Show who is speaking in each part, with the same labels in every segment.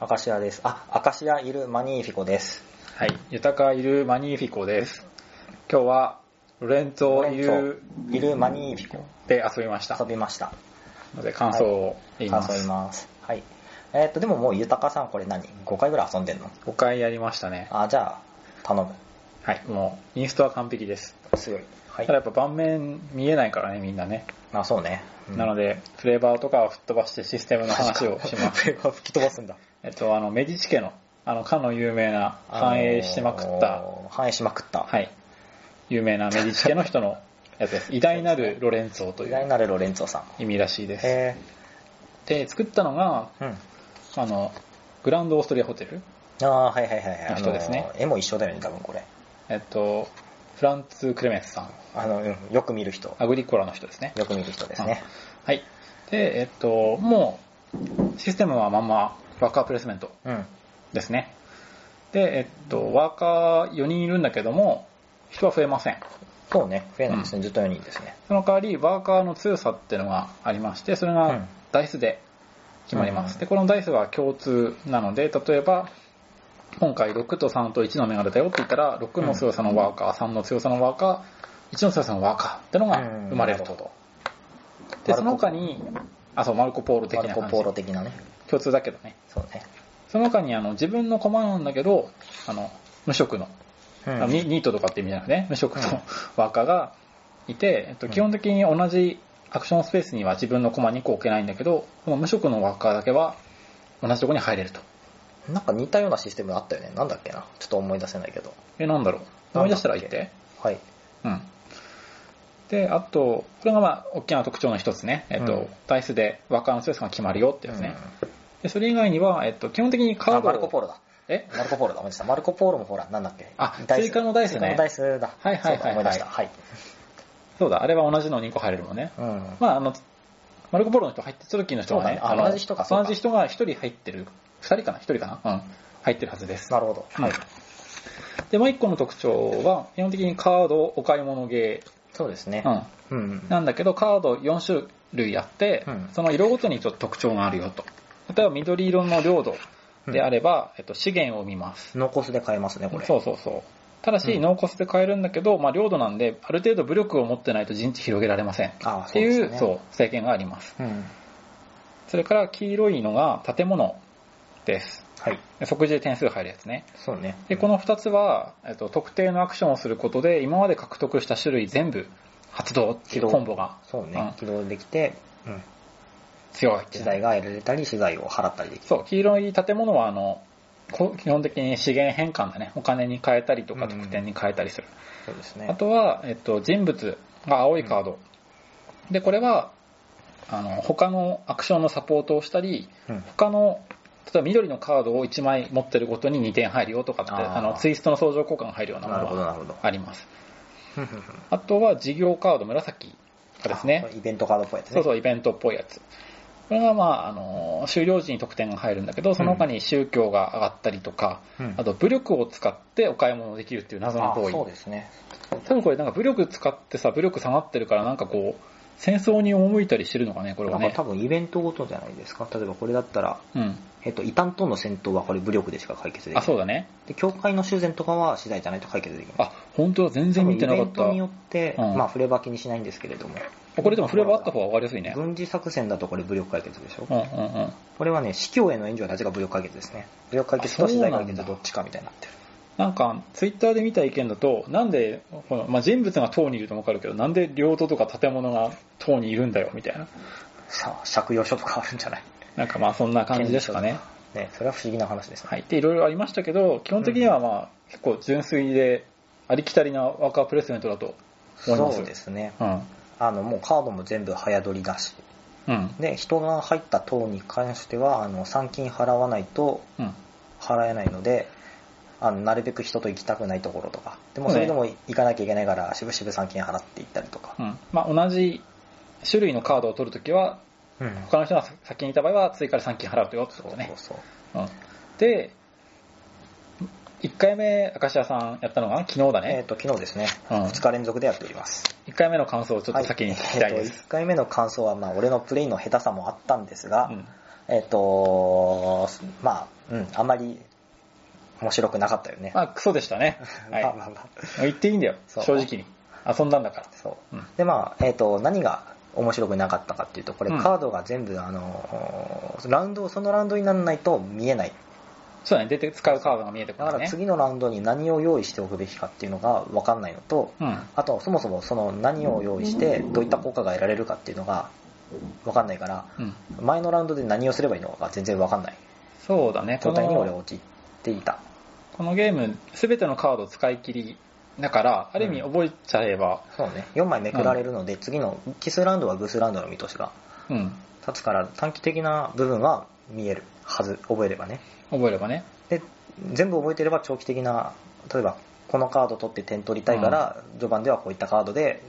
Speaker 1: アカシアです。あ、アカシアいるマニーフィコです。
Speaker 2: はい、豊かいるマニーフィコです。今日はロレンツォいる
Speaker 1: いるマニーフィコ
Speaker 2: で遊びました
Speaker 1: 遊。びました。
Speaker 2: ので感想を言いま
Speaker 1: 感想言い
Speaker 2: す。
Speaker 1: ます。はい。えーっと、でももう豊さんこれ何 ?5 回ぐらい遊んでんの
Speaker 2: 5回やりましたね。
Speaker 1: あ、じゃあ、頼む。
Speaker 2: はい、もうインストは完璧です。
Speaker 1: 強い。は
Speaker 2: た
Speaker 1: い
Speaker 2: だ。やっぱ盤面見えないからね、みんなね。
Speaker 1: あ、そうね。
Speaker 2: なの
Speaker 1: で、
Speaker 2: で、フレーバーとかを吹っ飛ばしてシステムの話をします。
Speaker 1: す。吹き飛ばすんだ。
Speaker 2: えっと、あの、メディチ家の、あの、かの有名な、繁栄してまくった
Speaker 1: あ、のー。反映しまくった。
Speaker 2: はい、有名なメディチ家の人のやつ です。偉大なるロレンツォとい
Speaker 1: 偉大
Speaker 2: う
Speaker 1: なるロレンツォさん。
Speaker 2: 意味らしいです。
Speaker 1: え
Speaker 2: で、作ったのが、
Speaker 1: ー、うん。
Speaker 2: あの、グランドオーストリアホテル、
Speaker 1: ああ、はいはいはいはい。
Speaker 2: 人ですね
Speaker 1: あのー絵も一緒だよね、多分これ。
Speaker 2: えっと、フランツ・クレメンスさん、
Speaker 1: あの、うんよく見る人。
Speaker 2: アグリコラの人ですね。
Speaker 1: よく見る人ですね。
Speaker 2: はい。で、えっと、もう、システムはまんま、ワーカープレイスメント
Speaker 1: うん。
Speaker 2: ですね。で、えっと、ワーカー4人いるんだけども、人は増えません。
Speaker 1: そうね、増えないですね。ずっと4人ですね。
Speaker 2: その代わり、ワーカーの強さっていうのがありまして、それ
Speaker 1: う
Speaker 2: が
Speaker 1: ん
Speaker 2: ダイスで決まりま
Speaker 1: う
Speaker 2: す。
Speaker 1: ん
Speaker 2: で、このダイスは共通なので、例えば、今回6と3と1の目が出たよって言ったら、6の強さのワーカー、3の強さのワーカー、1の強さのワーカーってのが生まれる
Speaker 1: うんなる
Speaker 2: と。で、その他に、あ、そう、マルコ・ポーロ的
Speaker 1: マ
Speaker 2: な
Speaker 1: ルコ・
Speaker 2: 感じ
Speaker 1: ポー。ロ的なね。
Speaker 2: 共通だけどね。
Speaker 1: そうね。
Speaker 2: その他に、あの、自分の駒なんだけど、あの、無色の
Speaker 1: うん
Speaker 2: あニニートとかって意味じゃなくてね、無職
Speaker 1: うん
Speaker 2: のワーカーがいて、えっと、
Speaker 1: うん
Speaker 2: 基本的に同じアクションスペースには自分のコマ2個置けないんだけど、この無職のワーカーだけは同じとこに入れると。
Speaker 1: なんか似たようなシステムあったよね。なんだっけな。ちょっと思い出せないけど。
Speaker 2: え、なんだろう。思い出したら言っ
Speaker 1: な
Speaker 2: て。
Speaker 1: はい。
Speaker 2: うん。で、あと、これがまあ、大きな特徴の一つね。えっと、
Speaker 1: うん
Speaker 2: ダイスでワーカーの強さが決まるよってやつね。で、それ以外には、えっと、基本的に
Speaker 1: うん
Speaker 2: カ
Speaker 1: あ、
Speaker 2: ードを
Speaker 1: マルコ・ポーロだ。
Speaker 2: え
Speaker 1: マルコ・ポーロだ。思い出した。マルコ・ポーロもほら、なんだっけ。
Speaker 2: あ
Speaker 1: ダイス
Speaker 2: 追加のダイスね
Speaker 1: 追加のダイスだ。
Speaker 2: はいはいは
Speaker 1: そうだ
Speaker 2: いはい
Speaker 1: 思い出した。はい。
Speaker 2: そうだ、あれは同じの2個入れるもんね。
Speaker 1: うん。
Speaker 2: まあ、あの、マルコ・ポロの人入ってた時の人がね、
Speaker 1: そうだねあ
Speaker 2: の
Speaker 1: 同じ人かそうか
Speaker 2: 同じ人が1人入ってる、2人かな ?1 人かなうん。入ってるはずです。
Speaker 1: なるほど。
Speaker 2: はい。で、もう1個の特徴は、基本的にカードお買い物ゲ
Speaker 1: そうですね。
Speaker 2: ー、
Speaker 1: うん。
Speaker 2: うん、なんだけど、カード4種類あって、
Speaker 1: うん
Speaker 2: その色ごとにちょっと特徴があるよと。例えば緑色の領土であれば、えっと、資源を見ます。
Speaker 1: ノーコスで買えますね、これ。
Speaker 2: そうそうそう。ただし、
Speaker 1: うん
Speaker 2: ノーコスで買えるんだけど、まあ、領土なんで、ある程度武力を持ってないと陣地広げられません。っ
Speaker 1: ああ、
Speaker 2: て
Speaker 1: そうで
Speaker 2: い
Speaker 1: す
Speaker 2: う、
Speaker 1: ね。
Speaker 2: そう、制限があります。
Speaker 1: う。うん。
Speaker 2: それから黄色いのが建物です。
Speaker 1: はい。
Speaker 2: で即時で点数入るやつね。
Speaker 1: そうね。
Speaker 2: で、この2つは、えっと、特定のアクションをすることで、今まで獲得した種類全部発動ってい
Speaker 1: 起
Speaker 2: う
Speaker 1: 動
Speaker 2: コンボが
Speaker 1: そう
Speaker 2: うん
Speaker 1: ね。起動できて、うん。
Speaker 2: 強いっ
Speaker 1: 資
Speaker 2: ていう。
Speaker 1: 材が得られたり、資材を払ったりできる。
Speaker 2: そう、黄色い建物は、あの、こ基本的に資源変換だね。お金に変えたりと
Speaker 1: う
Speaker 2: か、
Speaker 1: ん
Speaker 2: 特典に変えたりする。
Speaker 1: そうです
Speaker 2: あ
Speaker 1: ね。
Speaker 2: とは、えっと、人物が青いカード。で、これは、あの、他のアクションのサポートをしたり、
Speaker 1: うん。
Speaker 2: 他の例えば緑のカードを1枚持ってるごとに2点入るよとかって
Speaker 1: あー
Speaker 2: あのツイストの相乗効果が入るようなも
Speaker 1: なるほ
Speaker 2: の
Speaker 1: ど、
Speaker 2: が
Speaker 1: なるほど。
Speaker 2: あります
Speaker 1: うんうんうん
Speaker 2: あとは事業カード紫が です
Speaker 1: あこ
Speaker 2: ね
Speaker 1: れイベントカードっぽいやつね。
Speaker 2: そうそうイベントっぽいやつこれがまああの終了時に得点が入るんだけどその他に宗教が上がったりとか、
Speaker 1: うん
Speaker 2: あと武力を使ってお買い物できるっていう謎の
Speaker 1: あ
Speaker 2: 行為
Speaker 1: そうですね。
Speaker 2: 多分これなんか武力使ってさ武力下がってるからなんかこう戦争に赴いたりしてるのかねこれ
Speaker 1: な
Speaker 2: は
Speaker 1: んか
Speaker 2: ね
Speaker 1: 多分イベントごとじゃないですか。例えばこれだったら、
Speaker 2: うん
Speaker 1: えっと、異端との戦闘はこれ武力でしか解決できな
Speaker 2: あ
Speaker 1: い。
Speaker 2: そうだね
Speaker 1: で、教会の修繕とかは資材じゃないと解決できない。
Speaker 2: あ本当だ全然見てなか
Speaker 1: 多分イ
Speaker 2: っ
Speaker 1: ベント
Speaker 2: た
Speaker 1: によって、
Speaker 2: うん
Speaker 1: まあ、触れば気にしないんですけれども、
Speaker 2: これでもフレーバーあった方が分かりやすいね。
Speaker 1: 軍事作戦だとこれ武力解決でしょ
Speaker 2: う。んうんうん。
Speaker 1: これはね、司教への援助はなぜか武力解決ですね。武力解決と資材解決どっちかみたいになってる。
Speaker 2: なんか、ツイッターで見た意見だと、なんで、このまあ、人物が党にいると分かるけど、なんで領土とか建物が党にいるんだよ、みたいな。
Speaker 1: さあ、借用書とかあるんじゃない
Speaker 2: なんかまあ、そんな感じですかね。
Speaker 1: ね、それは不思議な話ですね。
Speaker 2: はい。で、いろいろありましたけど、基本的にはまあ、結構純粋で、ありきたりなワーカープレスメントだと思います。
Speaker 1: そうですね。
Speaker 2: うん。
Speaker 1: あの、もうカードも全部早取りだし。
Speaker 2: うん。
Speaker 1: で、人が入った等に関しては、あの、参勤払わないと
Speaker 2: うん。
Speaker 1: 払えないので、あの、なるべく人と行きたくないところとか。でもそれでも行かなきゃいけないから、しぶしぶ参勤払って行ったりとか。
Speaker 2: うん。まあ、同じ種類のカードを取るときは、
Speaker 1: うん。
Speaker 2: 他の人が先にいた場合は、追加で3金払うということ
Speaker 1: そう
Speaker 2: だ
Speaker 1: そう
Speaker 2: ね。
Speaker 1: そう。
Speaker 2: うんで、1回目、明石家さんやったのが昨日だ
Speaker 1: えっ、
Speaker 2: ね。
Speaker 1: と、昨日ですね。
Speaker 2: うん
Speaker 1: 2日連続でやっております。
Speaker 2: 1回目の感想をちょっと先に聞きたいで
Speaker 1: はえっと
Speaker 2: す。
Speaker 1: 1回目の感想は、まあ、俺のプレイの下手さもあったんですが、
Speaker 2: うん
Speaker 1: えっ、と、まあ、うん、あんまり面白くなかったよね。
Speaker 2: まあ、クソでしたね。はい。
Speaker 1: まあ
Speaker 2: も
Speaker 1: まあまあ。
Speaker 2: う言っていいんだよ。
Speaker 1: そう
Speaker 2: 正直に。遊んだんだから。
Speaker 1: そう。
Speaker 2: うん。
Speaker 1: でまあ、えっと何が面白くなかったかっていうとこれ
Speaker 2: うん
Speaker 1: カードが全部あのラウンドそのラウンドにならないと見えない
Speaker 2: そうだね。出て使うカードが見えてく
Speaker 1: だ
Speaker 2: る
Speaker 1: か
Speaker 2: から
Speaker 1: ら
Speaker 2: ね。
Speaker 1: 次のラウンドに何を用意しておくべきかっていうのが分かんないのと
Speaker 2: うん。
Speaker 1: あとそもそもその何を用意してどういった効果が得られるかっていうのが分かんないから
Speaker 2: うん。
Speaker 1: 前のラウンドで何をすればいいのかが全然分かんない
Speaker 2: そうだね。こ
Speaker 1: 状態に俺は
Speaker 2: の
Speaker 1: 陥っていた
Speaker 2: このゲーム、すべてのカード使い切りだから、ある意味覚えちゃえば、
Speaker 1: そうね4枚めくられるので次の奇数ラウンドは偶数ラウンドの見通しが
Speaker 2: うん。
Speaker 1: 立つから短期的な部分は見えるはず覚えればね
Speaker 2: 覚えればね。
Speaker 1: で全部覚えてれば長期的な例えばこのカード取って点取りたいから、序盤ではこういったカードで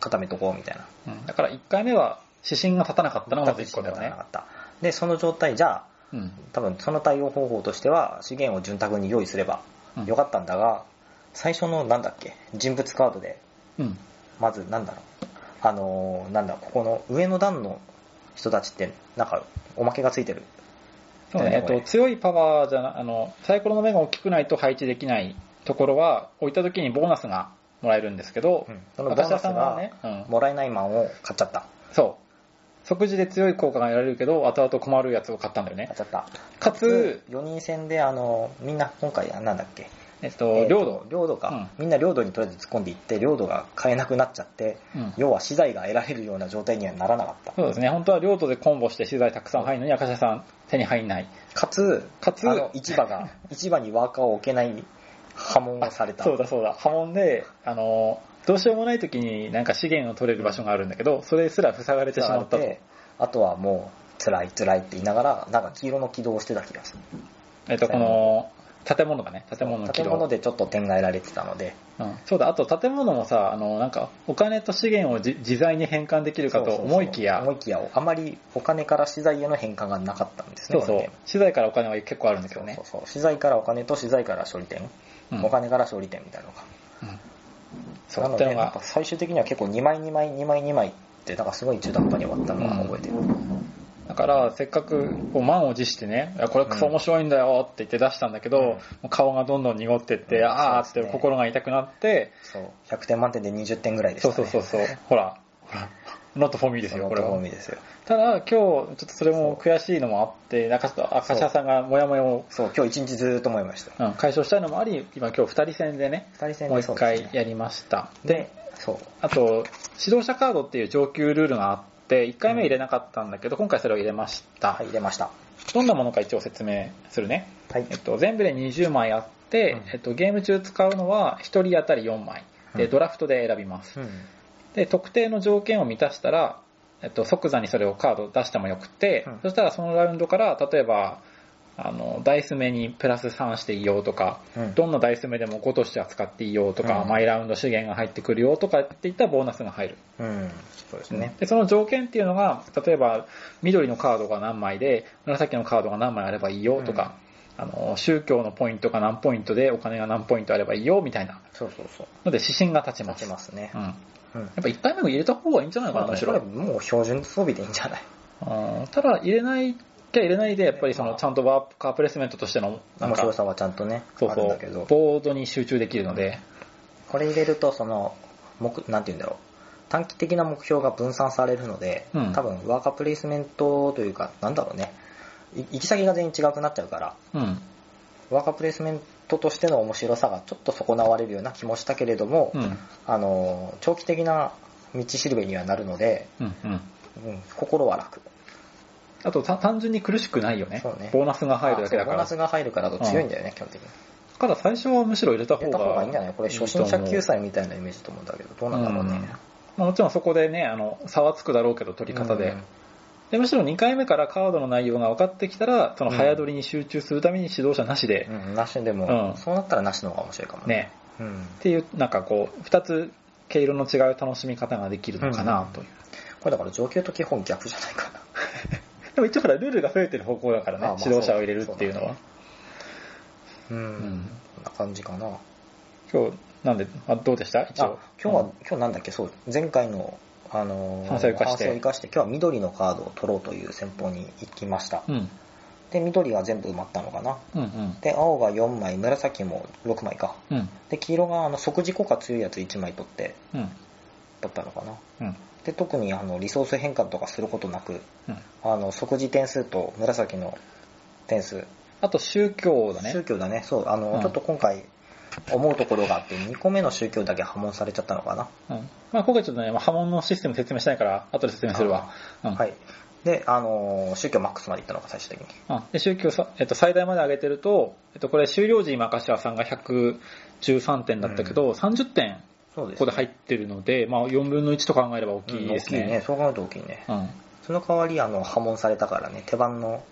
Speaker 1: 固めとこうみたいな
Speaker 2: うん。だから1回目は指針が立たなかったのがまず1個だよ
Speaker 1: 全く意識
Speaker 2: ね
Speaker 1: がな。かったでその状態じゃあ
Speaker 2: うん。
Speaker 1: 多分その対応方法としては資源を潤沢に用意すれば
Speaker 2: うん
Speaker 1: よかったんだが、最初のなんだっけ人物カードで
Speaker 2: うん。
Speaker 1: まずなんだろうあのーなんだここの上の段の人たちってなんかおまけがついてる
Speaker 2: そうね、え
Speaker 1: だよ
Speaker 2: っ
Speaker 1: ねこれ
Speaker 2: と、強いパワーじゃな、あの、サイコロの目が大きくないと配置できないところは、置いた時にボーナスがもらえるんですけど、
Speaker 1: うんそのボーナ
Speaker 2: 私
Speaker 1: スが
Speaker 2: さんはね、うん、
Speaker 1: もらえないマンを買っちゃった
Speaker 2: そう。即時で強い効果が得られるけど、後々困るやつを買ったんだよ
Speaker 1: 買
Speaker 2: ね
Speaker 1: っ。ちゃった
Speaker 2: かつ、
Speaker 1: 4人戦であのみんな今回なんだっけ
Speaker 2: えっと、領土。
Speaker 1: 領土か、みんな領土にとりあえず突っ込んでいって領土が買えなくなっちゃって
Speaker 2: うん
Speaker 1: 要は資材が得られるような状態にはならなかった
Speaker 2: そうですね、本当は領土でコンボして資材たくさん入るのに、赤社さん手に入んない。
Speaker 1: かつ
Speaker 2: かつ
Speaker 1: あの市場が市場にワーカーを置けない波紋をされた
Speaker 2: そうだそうだ、波紋で、あの、どうしようもない時になんか資源を取れる場所があるんだけど、それすら塞がれてしまったと。
Speaker 1: であとはもう辛い辛いって言いながらなんか黄色の軌道をしてた気がする
Speaker 2: えっと、この、建物だね、建物の軌
Speaker 1: 建
Speaker 2: 道。
Speaker 1: 物でちょっと点が得られてたので
Speaker 2: うんそうだ、あと建物もさ、あの、なんか、お金と資源をじ自在に変換できるかと
Speaker 1: そうそうそう
Speaker 2: 思いきや、
Speaker 1: 思いきやあまりお金から資材への変換がなかったんです
Speaker 2: そ
Speaker 1: ね
Speaker 2: うそう
Speaker 1: このゲーム、
Speaker 2: 資材からお金は結構あるんですよね
Speaker 1: そう。そう資材からお金と資材から処理点、
Speaker 2: うん
Speaker 1: お金から処理点みたいなのが
Speaker 2: うんそ
Speaker 1: な
Speaker 2: う、
Speaker 1: の
Speaker 2: って
Speaker 1: で
Speaker 2: の
Speaker 1: なん
Speaker 2: が
Speaker 1: か、最終的には結構2枚2枚2枚2枚ってなんかすごい中途半端に終わったのは覚えてる、
Speaker 2: だから、せっかく、こう、満を持してね、いやこれクソ面白いんだよって言って出したんだけど、
Speaker 1: うん
Speaker 2: もう顔がどんどん濁ってって、
Speaker 1: うん
Speaker 2: あーっ
Speaker 1: そう
Speaker 2: て
Speaker 1: ですね
Speaker 2: 心が痛くなって、
Speaker 1: そう100点満点で20点ぐらいでし
Speaker 2: そ
Speaker 1: た
Speaker 2: う
Speaker 1: ね
Speaker 2: そうそうそう、ほら、ほら、ノットフォーミーですよ、
Speaker 1: こ
Speaker 2: こ
Speaker 1: れ
Speaker 2: れ
Speaker 1: は
Speaker 2: は。
Speaker 1: ですよ
Speaker 2: ただ、今日、ちょっとそれも悔しいのもあって、なんかちょっと赤社さんがモヤモヤを、
Speaker 1: そう今日一日ずーっと思いました
Speaker 2: うん解消したいのもあり、今今日二人戦でね、
Speaker 1: 2人戦
Speaker 2: もう
Speaker 1: でそ
Speaker 2: 一
Speaker 1: うです
Speaker 2: 回
Speaker 1: ね
Speaker 2: やりました。
Speaker 1: でそう
Speaker 2: あと、指導者カードっていう上級ルールがあって、1回目入れなかったんだけど、今回それを入れました。
Speaker 1: はい入れました
Speaker 2: どんなものか一応説明するね。
Speaker 1: はい
Speaker 2: えっと、全部で20枚あって、
Speaker 1: うん
Speaker 2: えっと、ゲーム中使うのは1人当たり4枚。で、
Speaker 1: うん
Speaker 2: ドラフトで選びます。
Speaker 1: うん
Speaker 2: で、特定の条件を満たしたら、えっと、即座にそれをカード出してもよくて、
Speaker 1: うん
Speaker 2: そしたらそのラウンドから、例えば、あの、ダイス目にプラス3していいよとか、
Speaker 1: うん
Speaker 2: どんなダイス目でも5としては使っていいよとか、
Speaker 1: うん
Speaker 2: マイラウンド資源が入ってくるよとかっていったボーナスが入る。
Speaker 1: うんそうですね
Speaker 2: で、その条件っていうのが、例えば、緑のカードが何枚で、紫のカードが何枚あればいいよとか、あの、宗教のポイントが何ポイントで、お金が何ポイントあればいいよみたいな
Speaker 1: そうそうそう
Speaker 2: ので、指針が立ちま
Speaker 1: 立
Speaker 2: す。
Speaker 1: ちますね
Speaker 2: うん。や
Speaker 1: うん
Speaker 2: っぱ1回目も入れた方がいいんじゃないか
Speaker 1: まあ
Speaker 2: な、む
Speaker 1: ね
Speaker 2: し
Speaker 1: これ
Speaker 2: ろ。
Speaker 1: もう標準装備でいいんじゃない
Speaker 2: うんただ、入れないじゃ入れないで、やっぱりその、ちゃんとワーカープレスメントとしての、なん
Speaker 1: 面
Speaker 2: か
Speaker 1: 白、さはちゃんとね
Speaker 2: そう
Speaker 1: あるん
Speaker 2: そ
Speaker 1: だけど
Speaker 2: う、ボードに集中できるので、
Speaker 1: これ入れるとその目なんて言うんだろう短期的な目標が分散されるので、
Speaker 2: うん
Speaker 1: 多分ワーカープレイスメントというかなんだろうねい行き先が全員違くなっちゃうから
Speaker 2: うん。
Speaker 1: ワーカープレイスメントとしての面白さがちょっと損なわれるような気もしたけれども、
Speaker 2: うん。
Speaker 1: あの長期的な道しるべにはなるので、
Speaker 2: うん。うん。
Speaker 1: うん、心は楽
Speaker 2: あと、た単純に苦しくないよね
Speaker 1: そうね。
Speaker 2: ボーナスが入るだけだ
Speaker 1: あそうボー
Speaker 2: か
Speaker 1: ナ
Speaker 2: ら。
Speaker 1: スが入るからだと強いんだよね、基本的に
Speaker 2: だから最初はむしろ入れた
Speaker 1: 入
Speaker 2: 方
Speaker 1: れた方がいいんじゃ
Speaker 2: が
Speaker 1: ないこれ初心
Speaker 2: いいと
Speaker 1: 者
Speaker 2: 思う
Speaker 1: 救済みたいなイメージだと思うんだけどどうなんだろうね、
Speaker 2: まあもちろんそこでね、あの、差はつくだろうけど、取り方で。で、むしろ2回目からカードの内容が分かってきたら、その早取りに集中するために指導者なしで
Speaker 1: う、ん、うんなしでも、
Speaker 2: うん
Speaker 1: そうなったらなしの方が面白いかもね
Speaker 2: ね、
Speaker 1: うん
Speaker 2: っていう、なんかこう、2つ毛色の違う楽しみ方ができるのかなという。
Speaker 1: これだから上級と基本逆じゃないかな
Speaker 2: でも一応ほら、ルールが増えてる方向だから
Speaker 1: あま
Speaker 2: ね
Speaker 1: あ、
Speaker 2: 指導者を入れるっていうのは。
Speaker 1: うん、
Speaker 2: うん
Speaker 1: こんな感じかな
Speaker 2: 今日、なんで、あどうでした一
Speaker 1: あ
Speaker 2: 応。
Speaker 1: 今日は、今日なんだっけそう前回のあのー
Speaker 2: 反省を生かして
Speaker 1: 反省を生かして今日は緑のカードを取ろうという戦法に行きました、
Speaker 2: うん。
Speaker 1: で緑が全部埋まったのかな
Speaker 2: うんうん。
Speaker 1: で青が4枚紫も6枚か
Speaker 2: うん。
Speaker 1: で黄色があの即時効果強いやつ1枚取って
Speaker 2: うん。
Speaker 1: だったのかな
Speaker 2: うん。
Speaker 1: で特にあのリソース変換とかすることなく
Speaker 2: うん。
Speaker 1: あの即時点数と紫の点数
Speaker 2: あと宗教だ
Speaker 1: 宗
Speaker 2: ね。
Speaker 1: 教だねそうあの、
Speaker 2: うん
Speaker 1: ちょっと今回思うところがあって2個目の宗教だけ破門されちゃったのかな、
Speaker 2: うん。まあ今回ちょっとね、まあ波紋のシステム説明しないから、後で説明するわ。うん。
Speaker 1: はいであのー宗教マックスまでいったのが最終的に
Speaker 2: うんで宗教さ、えっと、最大まで上げてると、えっと、これ終了時今柏さんが113点だったけど、30点
Speaker 1: そう
Speaker 2: こ
Speaker 1: です
Speaker 2: こで入ってるので、まあ4分の1と考えれば大
Speaker 1: うん
Speaker 2: きいです
Speaker 1: 大きいね
Speaker 2: ね。
Speaker 1: そう考えると大きいね、
Speaker 2: うん。
Speaker 1: その代わりあの破門されたからね手番の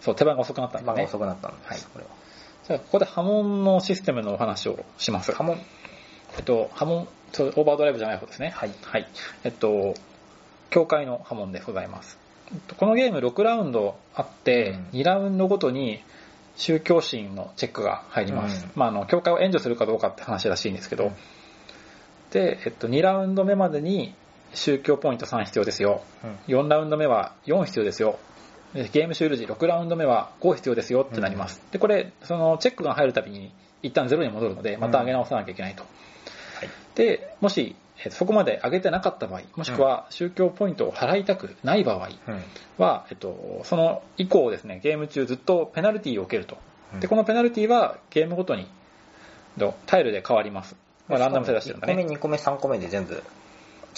Speaker 2: そう、手番が遅くなった
Speaker 1: 手
Speaker 2: んで
Speaker 1: 番が
Speaker 2: ね。
Speaker 1: 遅くなったんです、
Speaker 2: はい
Speaker 1: これは
Speaker 2: じゃあここで波紋のシステムのお話をします。
Speaker 1: 破門
Speaker 2: えっと、波紋、そうオーバードライブじゃない方ですね。
Speaker 1: はい
Speaker 2: はい。えっと、教会の波紋でございます。えっとこのゲーム6ラウンドあって、
Speaker 1: うん
Speaker 2: 2ラウンドごとに宗教心のチェックが入ります。
Speaker 1: うん
Speaker 2: まあ、あの、教会を援助するかどうかって話らしいんですけ
Speaker 1: う
Speaker 2: ど、
Speaker 1: ん
Speaker 2: で、えっと、2ラウンド目までに宗教ポイント3必要ですよ。
Speaker 1: うん
Speaker 2: 4ラウンド目は4必要ですよ。でゲーム終了時6ラウンド目は5必要ですよってなります。で、これ、そのチェックが入るたびに一旦ゼロに戻るので、また上げ直さなきゃいけないと。
Speaker 1: はい
Speaker 2: で、もし、えーそこまで上げてなかった場合、もしくは宗教ポイントを払いたくない場合
Speaker 1: うん
Speaker 2: は、えっと、その以降ですね、ゲーム中ずっとペナルティを受けると。
Speaker 1: うん
Speaker 2: で、このペナルティはゲームごとに、どタイルで変わります。まあ、ランダム性出してるんだね。
Speaker 1: 1個目、2個目、3個目で全部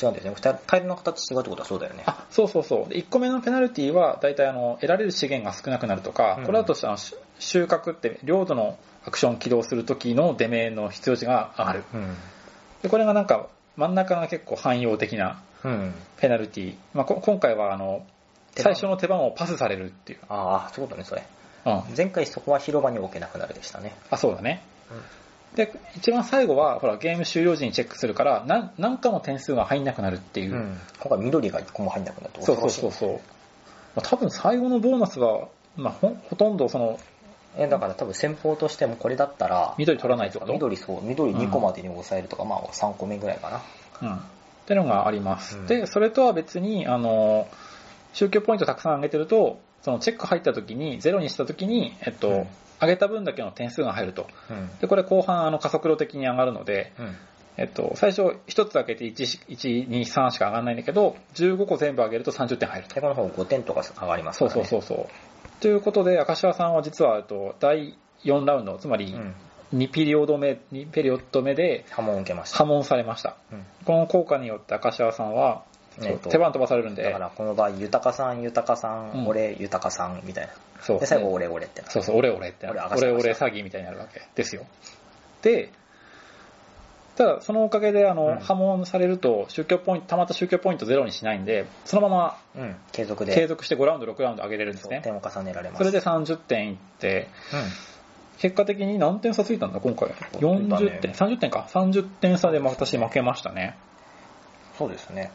Speaker 1: 違うんですね。二人タイルの形違うってことはそうだよね。
Speaker 2: あ、そうそうそう。で、1個目のペナルティは、大体、あの、得られる資源が少なくなるとか、
Speaker 1: うん
Speaker 2: これだとしたら、し収穫って、領土のアクションを起動するときの出目の必要値が上がる。
Speaker 1: うん。
Speaker 2: で、これがなんか、真ん中が結構汎用的な
Speaker 1: うん。
Speaker 2: ペナルティー、まあ、こ今回はあの
Speaker 1: 手番
Speaker 2: 最初の手番をパスされるっていう、
Speaker 1: ああ、そういうことね、それ。
Speaker 2: うん、
Speaker 1: 前回そこは広場に置けなくなるでしたね。
Speaker 2: あそうだねで一番最後はほらゲーム終了時にチェックするから何何かの点数が入んなくなるっていう、
Speaker 1: うん。今回緑が1個も入んなくなって
Speaker 2: そうそう
Speaker 1: 恐
Speaker 2: そう
Speaker 1: ろしい
Speaker 2: そう、まあ、多分最後のボーナスは、まあ、ほんほとんどその
Speaker 1: え、だから多分先方としてもこれだったら、
Speaker 2: 緑取らないってこと
Speaker 1: 緑そう、緑2個までに抑えるとか、まあ3個目ぐらいかな。
Speaker 2: うん、ってのがあります、
Speaker 1: うん
Speaker 2: でそれとは別にあの宗教ポイントたくさん上げてるとそのチェック入った時にゼロにした時に、えっと
Speaker 1: うん
Speaker 2: 上げた分だけの点数が入ると
Speaker 1: うん。
Speaker 2: でこれ後半あの加速度的に上がるので、
Speaker 1: うん。
Speaker 2: えっと、最初1つ開けて1、1、2、3しか上がらないんだけど、15個全部上げると30点入ると。
Speaker 1: で、この方5点とか上がります
Speaker 2: そ
Speaker 1: か
Speaker 2: う
Speaker 1: ら
Speaker 2: そ
Speaker 1: ね。
Speaker 2: うそうそう。ということで、赤柴さんは実は、えっと、第4ラウンド、つまり
Speaker 1: ん。
Speaker 2: 2ピリオド目、2ペリオド目で
Speaker 1: 波紋受けました。
Speaker 2: 破門されました。
Speaker 1: うん。
Speaker 2: この効果によって赤柴さんは、そう
Speaker 1: えっと
Speaker 2: 手番飛ばされるん
Speaker 1: だ
Speaker 2: で
Speaker 1: か、らこの場合、豊かさん、豊かさ
Speaker 2: うん
Speaker 1: ん、俺、豊かさん、みたいな。
Speaker 2: そう
Speaker 1: で、。最後、俺、俺ってなる
Speaker 2: そうそう、俺俺ってなる
Speaker 1: 俺赤
Speaker 2: 俺
Speaker 1: 柴
Speaker 2: 俺詐欺みたいになるわけですよ。で、ただそのおかげで、あの、
Speaker 1: うん
Speaker 2: 破門されると、宗教ポイント、たまった宗教ポイントゼロにしないんで、そのまま
Speaker 1: うん、継続で
Speaker 2: 継続して5ラウンド、6ラウンド上げれるんです
Speaker 1: そう
Speaker 2: ね。
Speaker 1: 点を重ねられます
Speaker 2: それで30点いって、結果的に何点差ついたんだ、今回。
Speaker 1: そうだ
Speaker 2: 40
Speaker 1: ね
Speaker 2: 点、30点か。30点差で私負けましたね。
Speaker 1: そうですね、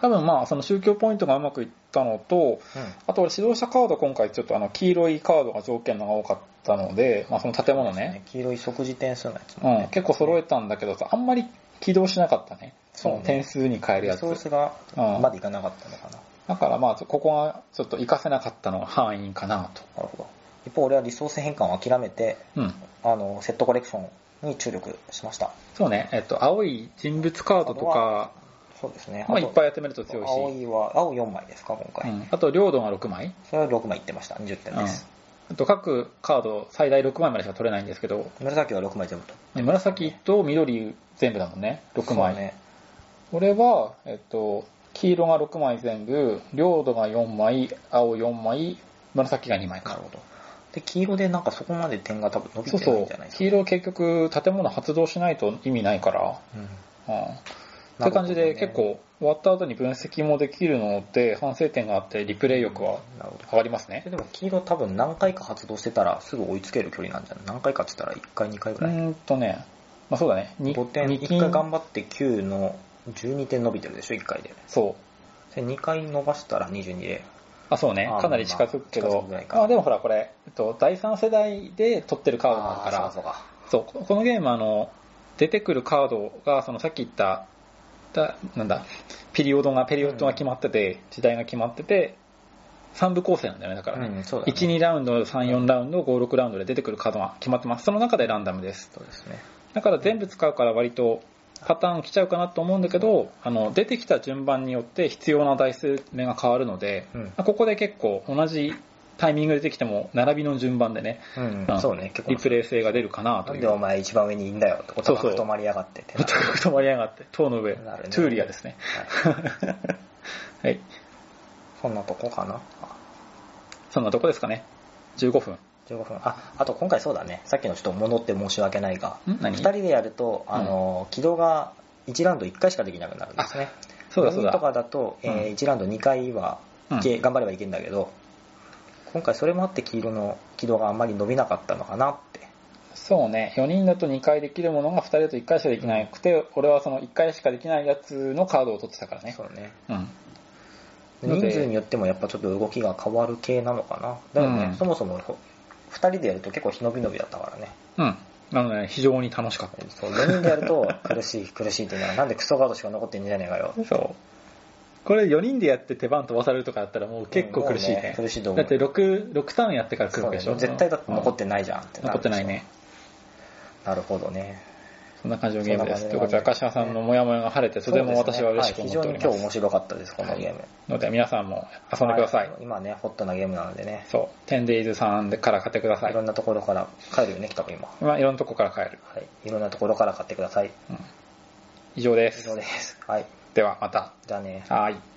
Speaker 2: 多分まあ、その宗教ポイントがうまくいったのと、あと俺指導者カード今回ちょっとあの、黄色いカードが条件のが多かったので、まあその建物ね。
Speaker 1: 黄色い即時点数のやつ
Speaker 2: うん、結構揃えたんだけどさ、あんまり起動しなかったね。その点数に変える
Speaker 1: リ
Speaker 2: やつ。
Speaker 1: ソースが
Speaker 2: うん
Speaker 1: までいかなかったのかな、
Speaker 2: だからまあ、ここがちょっと活かせなかったのが範囲かなと。
Speaker 1: なるほど一方俺はリソース変換を諦めて
Speaker 2: うん。
Speaker 1: あのセットコレクションに注力しました
Speaker 2: そうね、えっと、青い人物カードとか、
Speaker 1: そうですね
Speaker 2: まあ、い
Speaker 1: と
Speaker 2: っぱい集めると強い
Speaker 1: 青
Speaker 2: し、
Speaker 1: いは青4枚ですか今回、
Speaker 2: うんあと領土が6枚、
Speaker 1: それは6枚いってました20点です、
Speaker 2: あと各カード最大6枚までしか取れないんですけど、
Speaker 1: 紫は6枚全部と
Speaker 2: ね紫と緑全部だもんね、6枚。
Speaker 1: そうね
Speaker 2: 俺は、えっと、黄色が6枚全部、領土が4枚、青4枚、紫が2
Speaker 1: な
Speaker 2: 枚か
Speaker 1: る。ほどで黄色でなんかそこまで点が多分伸び
Speaker 2: そう
Speaker 1: てな
Speaker 2: そ
Speaker 1: いん
Speaker 2: う
Speaker 1: じゃない、ですか
Speaker 2: 黄色結局建物発動しないと意味ないから、
Speaker 1: うん
Speaker 2: うん。って感じで結構終わった後に分析もできるので、反省点があってリプレイ力は
Speaker 1: なるほど
Speaker 2: 上がりますね
Speaker 1: で。でも黄色多分何回か発動してたらすぐ追いつける距離なんじゃない何回かって言ったら1回2回ぐ
Speaker 2: う
Speaker 1: らい、
Speaker 2: ーんとね、まあそうだね、に
Speaker 1: 5点
Speaker 2: に
Speaker 1: 1回頑張って9の12点伸びてるでしょ1回で
Speaker 2: そう。
Speaker 1: で2回伸ばしたら22で
Speaker 2: あ、そうね
Speaker 1: あ、ー
Speaker 2: かなり近づくけ
Speaker 1: まあ
Speaker 2: ど
Speaker 1: 近づくぐらい、か
Speaker 2: まあでもほらこれ、えっと、第3世代で取ってるカードがあるか
Speaker 1: あ
Speaker 2: ら、
Speaker 1: ーそうか
Speaker 2: そう、ここのゲームあの、出てくるカードが、そのさっき言った、だなんだピリオドがペリオドが決まってて、時代が決まってて3部構成なんだよねだからね、
Speaker 1: うんそうだね
Speaker 2: 12ラウンド34ラウンド56ラウンドで出てくるカードが決まってますその中でランダムです
Speaker 1: そうですね。
Speaker 2: だから全部使うから割とパターン来ちゃうかなと思うんだけどあの出てきた順番によって必要な台数目が変わるので、
Speaker 1: うん
Speaker 2: ここで結構同じタイミングで出てきても並びの順番でね
Speaker 1: うん
Speaker 2: う、ん
Speaker 1: そうね、結構
Speaker 2: リ。プレイ性が出るかな
Speaker 1: な
Speaker 2: と
Speaker 1: ん
Speaker 2: いう
Speaker 1: でお前一番上にいんだよってこと
Speaker 2: そうそう
Speaker 1: が止まりやがってってな
Speaker 2: 全く止まりやがって塔の上、
Speaker 1: なるね
Speaker 2: トゥーリアですね
Speaker 1: はい
Speaker 2: はい
Speaker 1: そんなとこかな。
Speaker 2: そんなとこですかね15分
Speaker 1: 15分。あ、あと今回そうだね。さっきのちょっと戻って申し訳ないが、
Speaker 2: ん何
Speaker 1: 2人でやると、あの、起動が1ラウンド1回しかできなくなるんですね。
Speaker 2: そうだそ
Speaker 1: 4
Speaker 2: う
Speaker 1: 人とか
Speaker 2: だ
Speaker 1: だと、え
Speaker 2: う
Speaker 1: ー、1ラウンド2回は
Speaker 2: うん
Speaker 1: いけ、頑張ればいけんだけど、今回それもあって黄色の軌道があんまり伸びなかったのかなって。
Speaker 2: そうね4人だと2回できるものが2人だと1回しかできなくて、俺はその1回しかできないやつのカードを取ってたからね
Speaker 1: そうね。
Speaker 2: うんので
Speaker 1: 人数によってもやっぱちょっと動きが変わる系なのかな。だよね、
Speaker 2: うん
Speaker 1: そもそもほ2人でやると結構ひのびのびだったからね。
Speaker 2: うんなので、非常に楽しかっ
Speaker 1: そう4人でやる と苦しい苦しいっていうのはなんでクソカードしか残ってんじゃねえかよ。
Speaker 2: たそうこれ4人でやって手番飛ばされるとかだったらもう結構苦しいね,、
Speaker 1: うんもうね苦しいと思
Speaker 2: だ
Speaker 1: う
Speaker 2: って 6, 6ターンやってから来る
Speaker 1: そ
Speaker 2: わ
Speaker 1: う
Speaker 2: け
Speaker 1: ね
Speaker 2: でしょ
Speaker 1: 絶対だって残って
Speaker 2: ない、
Speaker 1: ないじゃんって
Speaker 2: うん
Speaker 1: る
Speaker 2: 残っ
Speaker 1: で
Speaker 2: て
Speaker 1: しょ
Speaker 2: ないね
Speaker 1: なるほどね。
Speaker 2: そんな感じのゲームです
Speaker 1: そん
Speaker 2: という
Speaker 1: な感
Speaker 2: こと
Speaker 1: じ
Speaker 2: で赤嶋さんのモヤモヤが晴れてとても
Speaker 1: そうです
Speaker 2: 私
Speaker 1: ね
Speaker 2: は嬉しく
Speaker 1: い
Speaker 2: 思
Speaker 1: 非
Speaker 2: って
Speaker 1: 常
Speaker 2: お
Speaker 1: に
Speaker 2: り
Speaker 1: 今
Speaker 2: ま
Speaker 1: 日
Speaker 2: す
Speaker 1: 面白かったです、このゲーム。
Speaker 2: ので皆さんも遊んでください、
Speaker 1: はい今ね、ホットなゲームなのでね、
Speaker 2: そうテンデイズさんでから買ってくださ
Speaker 1: い
Speaker 2: い
Speaker 1: ろんなところから帰るよね、多分今。は
Speaker 2: まあ、いろんなとこから買える、
Speaker 1: い。いろんなところから買ってください。
Speaker 2: 以上で
Speaker 1: 以
Speaker 2: す
Speaker 1: 上です。はい。
Speaker 2: ではまた
Speaker 1: じゃあね。
Speaker 2: はい